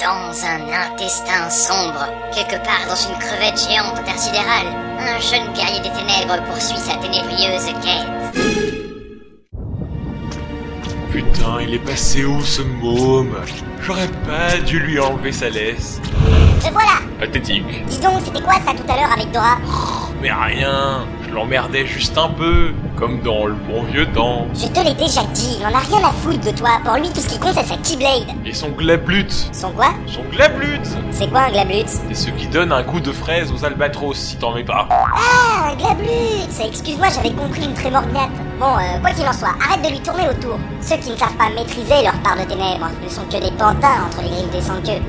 Dans un intestin sombre, quelque part dans une crevette géante intersidérale, un jeune guerrier des ténèbres poursuit sa ténébrieuse quête. Putain, il est passé où ce môme J'aurais pas dû lui enlever sa laisse. Te voilà Pathétique. Dis donc, c'était quoi ça tout à l'heure avec Dora Mais rien, je l'emmerdais juste un peu, comme dans le bon vieux temps. Je te l'ai déjà dit, il en a rien à foutre de toi. Pour lui, tout ce qui compte, c'est sa Keyblade. Et son glablut Son quoi Son glablut C'est quoi un glablut C'est ce qui donne un goût de fraise aux albatros si t'en mets pas. Ah, un glablut Ça, Excuse-moi, j'avais compris une trémorgnate. Bon, euh, quoi qu'il en soit, arrête de lui tourner autour. Ceux qui ne savent pas maîtriser leur part de ténèbres ne sont que des pantins entre les griffes des sans-queues.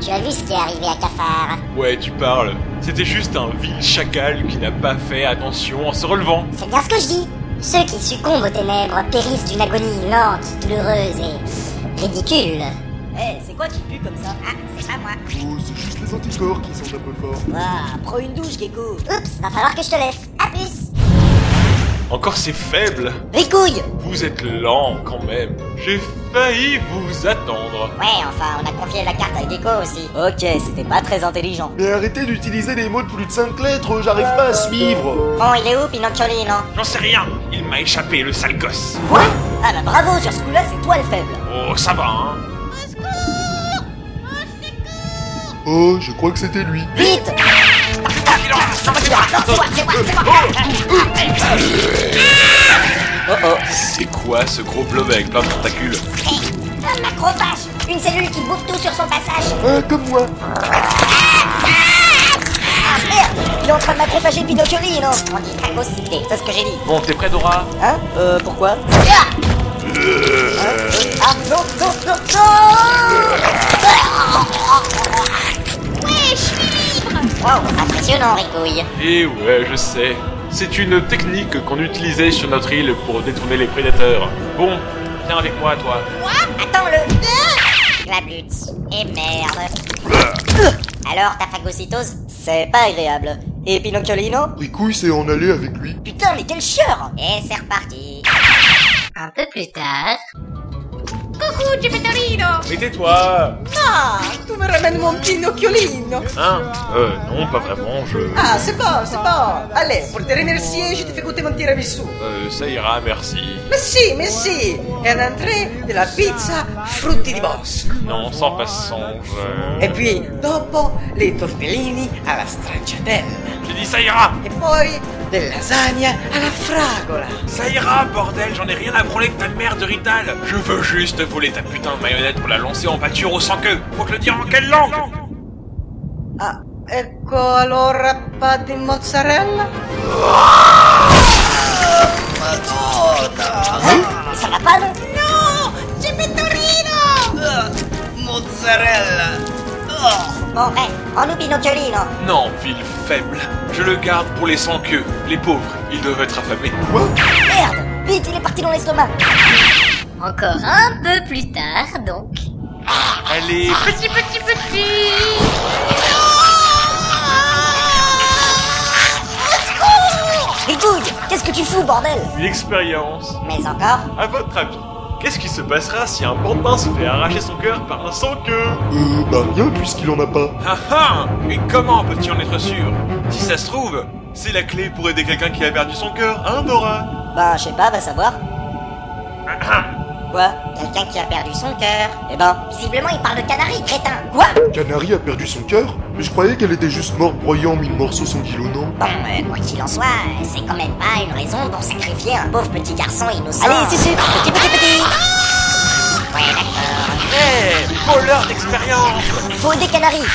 Tu as vu ce qui est arrivé à Cafard Ouais, tu parles. C'était juste un vil chacal qui n'a pas fait attention en se relevant. C'est bien ce que je dis. Ceux qui succombent aux ténèbres périssent d'une agonie lente, douloureuse et ridicule. Eh, c'est quoi qui pue comme ça Ah, c'est pas moi. Oh, c'est juste les anticorps qui sont un peu forts. Ouah, prends une douche, Gecko. Oups, va falloir que je te laisse. À plus Encore c'est faible. Bricouille Vous êtes lent quand même. J'ai failli vous attendre. Ouais, enfin, on a confié la carte à Gecko aussi. Ok, c'était pas très intelligent. Mais arrêtez d'utiliser des mots de plus de 5 lettres, j'arrive pas à suivre. Bon, il est où, hein Pinocchioli, non J'en sais rien. Il m'a échappé, le sale gosse. Quoi Ah bah bravo, sur ce coup-là, c'est toi le faible. Oh, ça va, hein Oh, je crois que c'était lui. Vite Oh oh, C'est quoi ce gros blob avec plein de tentacules Un macrophage Une cellule qui bouffe tout sur son passage Ah, comme moi. ah merde Il est en train de macrophager Pinocchioli, non On dit phagocyté, c'est ce que j'ai dit. Bon, t'es prêt, Dora Hein Euh, pourquoi Hein Ah Ah non, non, non, non Wow, impressionnant, Ricouille. Eh ouais, je sais. C'est une technique qu'on utilisait sur notre île pour détourner les prédateurs. Bon, viens avec moi, toi. Attends-le Glabut. Et merde. Alors, ta phagocytose C'est pas agréable. Et Pinocchioli, non Ricouille s'est en allé avec lui. Putain, mais quel chieur Et c'est reparti. Un peu plus tard... Mais tais-toi Ah, tu me ramènes mon pinocchiolino Hein Euh, non, pas vraiment, je... Ah, c'est bon, c'est bon Allez, pour te remercier, je te fais goûter mon tiramisu Euh, ça ira, merci. Mais si, mais si Et un entrée de la pizza frutti di bosco Non, sans passage. E puis, dopo, les tortellini alla stracciatella J'ai dit ça ira E poi, della lasagna alla fragola Ça ira, bordel, j'en ai rien à branler que ta mère de Rital Je veux juste voler ta putain de marionnette pour la lancer en pâture au sans-queue Faut te le dire en quelle langue Ah, ecco allora pas di mozzarella Ça va pas, non Mozzarella Bon, bref, en nous, Pinocchioli, non Non, ville faible. Je le garde pour les sans-queue. Les pauvres, ils doivent être affamés. Merde Vite, il est parti dans l'estomac Encore un peu plus tard, donc... Allez, Petit, petit, petit Bricouille, qu'est-ce que tu fous, bordel une expérience. Mais encore À votre avis, qu'est-ce qui se passera si un pantin se fait arracher son cœur par un sans-queue Euh, bah rien puisqu'il en a pas. Ah ah Et comment peux-tu en être sûr Si ça se trouve, c'est la clé pour aider quelqu'un qui a perdu son cœur, hein Dora Bah, je sais pas, va savoir. Quoi Quelqu'un qui a perdu son cœur. Eh ben... Visiblement, il parle canari, crétin Quoi Canary a perdu son cœur Mais je croyais qu'elle était juste morte broyant mille morceaux son kilonant. Bon, euh, quoi qu'il en soit, euh, c'est quand même pas une raison pour sacrifier un pauvre petit garçon innocent. Allez, suce Petit, petit, petit Ouais, d'accord. Eh Voleur d'expérience Faut des canaries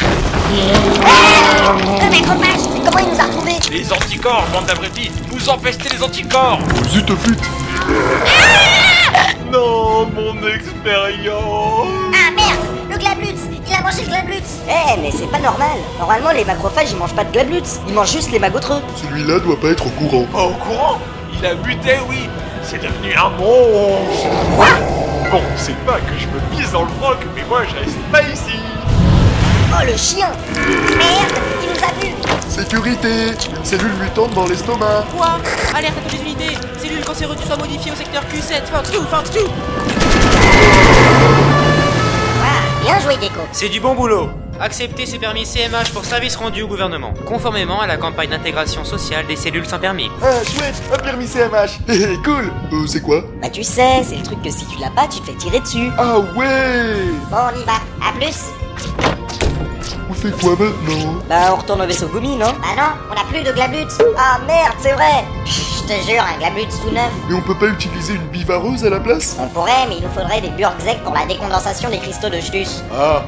Eh, Le macrophage Comment il nous a retrouvés Les anticorps, bande d'abrutis Vous empestez les anticorps Oh, Zut au flûte Non, mon expérience Ah merde Le glablut Il a mangé le glablut Eh, mais c'est pas normal Normalement, les macrophages, ils mangent pas de glabluts, ils mangent juste les magotreux. Celui-là doit pas être au courant. Pas au courant Il a buté, oui C'est devenu un monstre Bon, c'est pas que je me pisse dans le froc, mais moi je reste pas ici Oh, le chien Merde Il nous a vus Sécurité Une cellule mutante dans l'estomac Quoi Alerte à toutes les unités Cellule cancéreuse du sang modifiée au secteur Q7 Fin tout, fin tout Quoi Ah, Bien joué, Gecko. C'est du bon boulot Accepter ce permis CMH pour service rendu au gouvernement, conformément à la campagne d'intégration sociale des cellules sans permis. Ah, chouette, un permis CMH. Hé, hé, cool. Euh, c'est quoi Bah tu sais, c'est le truc que si tu l'as pas, tu te fais tirer dessus. Ah ouais Bon, on y va. À plus. On fait quoi maintenant Bah on retourne au vaisseau Gumi, non Bah non, on a plus de Glabutz. Ah merde, c'est vrai. Pff, Je te jure, un Glabutz tout neuf. Mais on peut pas utiliser une bivareuse à la place On pourrait, mais il nous faudrait des Burgzec pour la décondensation des cristaux de Stus. Ah,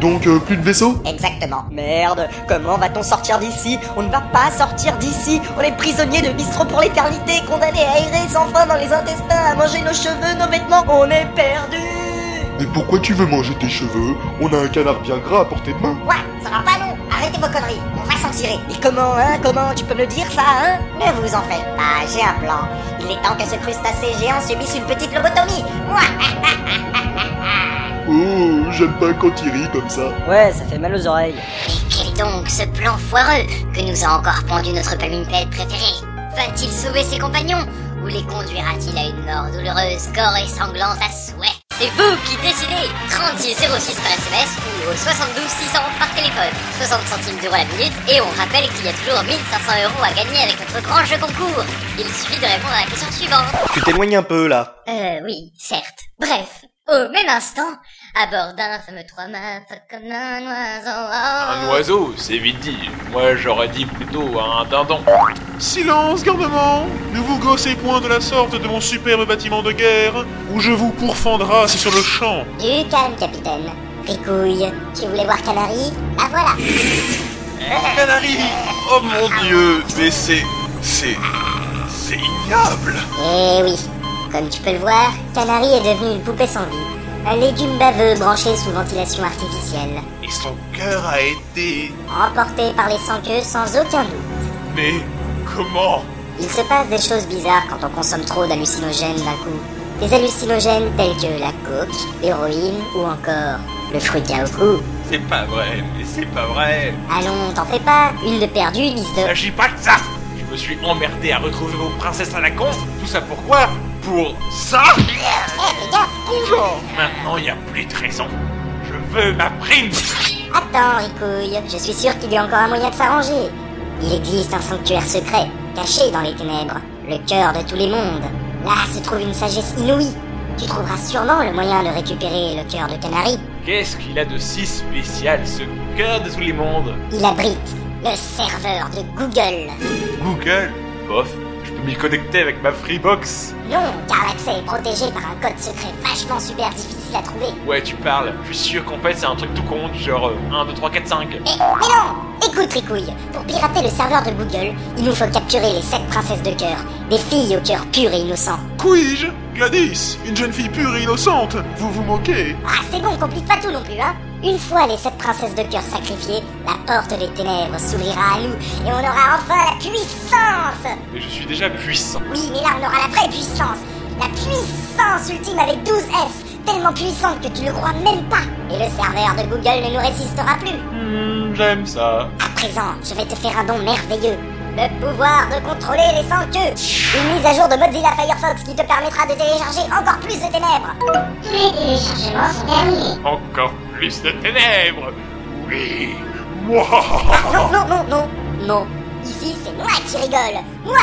donc euh, plus de vaisseau Exactement. Merde, comment va-t-on sortir d'ici On ne va pas sortir d'ici On est prisonnier de bistrot pour l'éternité, condamnés à errer sans fin dans les intestins, à manger nos cheveux, nos vêtements, on est perdus Mais pourquoi tu veux manger tes cheveux On a un canard bien gras à portée de main. Quoi Ça va pas long Arrêtez vos conneries, on va s'en tirer. Mais comment, hein Comment Tu peux me le dire ça, hein Ne vous en faites pas, j'ai un plan. Il est temps que ce crustacé géant subisse une petite lobotomie. Mouah Oh, j'aime pas quand il rit comme ça. Ouais, ça fait mal aux oreilles. Mais quel est donc ce plan foireux que nous a encore pendu notre palmipède préféré Va-t-il sauver ses compagnons Ou les conduira-t-il à une mort douloureuse, gore et sanglante à souhait C'est vous qui décidez 3606 par SMS ou au 72-600 par téléphone. 60 centimes d'euros la minute et on rappelle qu'il y a toujours 1500 euros à gagner avec notre grand jeu concours. Il suffit de répondre à la question suivante. Tu t'éloignes un peu là. Euh, oui, certes. Bref, au même instant, à bord d'un fameux trois-mâts comme un oiseau... Un oiseau, c'est vite dit. Moi, j'aurais dit plutôt un dindon. Silence, garnement Ne vous gossez point de la sorte de mon superbe bâtiment de guerre, où je vous pourfendra, c'est sur le champ. Du calme, capitaine. Ricouille, tu voulais voir Canary La voilà Canary Oh mon dieu Mais c'est... c'est... c'est ignoble Eh oui, comme tu peux le voir, Canary est devenu une poupée sans vie. Un légume baveux branché sous ventilation artificielle. Et son cœur a été... Emporté par les sans-queues sans aucun doute. Mais... comment Il se passe des choses bizarres quand on consomme trop d'hallucinogènes d'un coup. Des hallucinogènes tels que la coke, l'héroïne ou encore le fruit kaoku. C'est pas vrai, mais c'est pas vrai Allons, t'en fais pas, une de perdue, une liste de... S'agit pas de ça Je me suis emmerdé à retrouver vos princesses à la con Tout ça pourquoi Pour ça Eh, Bonjour Maintenant, il a plus de raison. Je veux ma prime Attends, Ricouille, je suis sûr qu'il y a encore un moyen de s'arranger. Il existe un sanctuaire secret, caché dans les ténèbres, le cœur de tous les mondes. Là se trouve une sagesse inouïe. Tu trouveras sûrement le moyen de récupérer le cœur de Canary. Qu'est-ce qu'il a de si spécial, ce cœur de tous les mondes Il abrite le serveur de Google. Google Bof, je peux m'y connecter avec ma Freebox Non, car l'accès est protégé par un code secret vachement super difficile à trouver. Ouais, tu parles. Je suis sûr qu'en fait, c'est un truc tout con, du genre euh, 1, 2, 3, 4, 5. Eh, Mais, mais non Écoute, Ricouille, pour pirater le serveur de Google, il nous faut capturer les sept princesses de cœur, des filles au cœur pur et innocent. Couige Gladys, une jeune fille pure et innocente, vous vous moquez Ah, c'est bon, complique pas tout non plus, hein Une fois les sept princesses de cœur sacrifiées, la porte des ténèbres s'ouvrira à nous et on aura enfin la puissance Mais je suis déjà puissant. Oui, mais là on aura la vraie puissance La puissance ultime avec 12 S Tellement puissante que tu ne crois même pas Et le serveur de Google ne nous résistera plus Hmm, j'aime ça. À présent, je vais te faire un don merveilleux le pouvoir de contrôler les sans-queues Une mise à jour de Mozilla Firefox qui te permettra de télécharger encore plus de ténèbres Encore plus de ténèbres Oui Moi Non, non, non, non, non. Ici, c'est moi qui rigole. Moi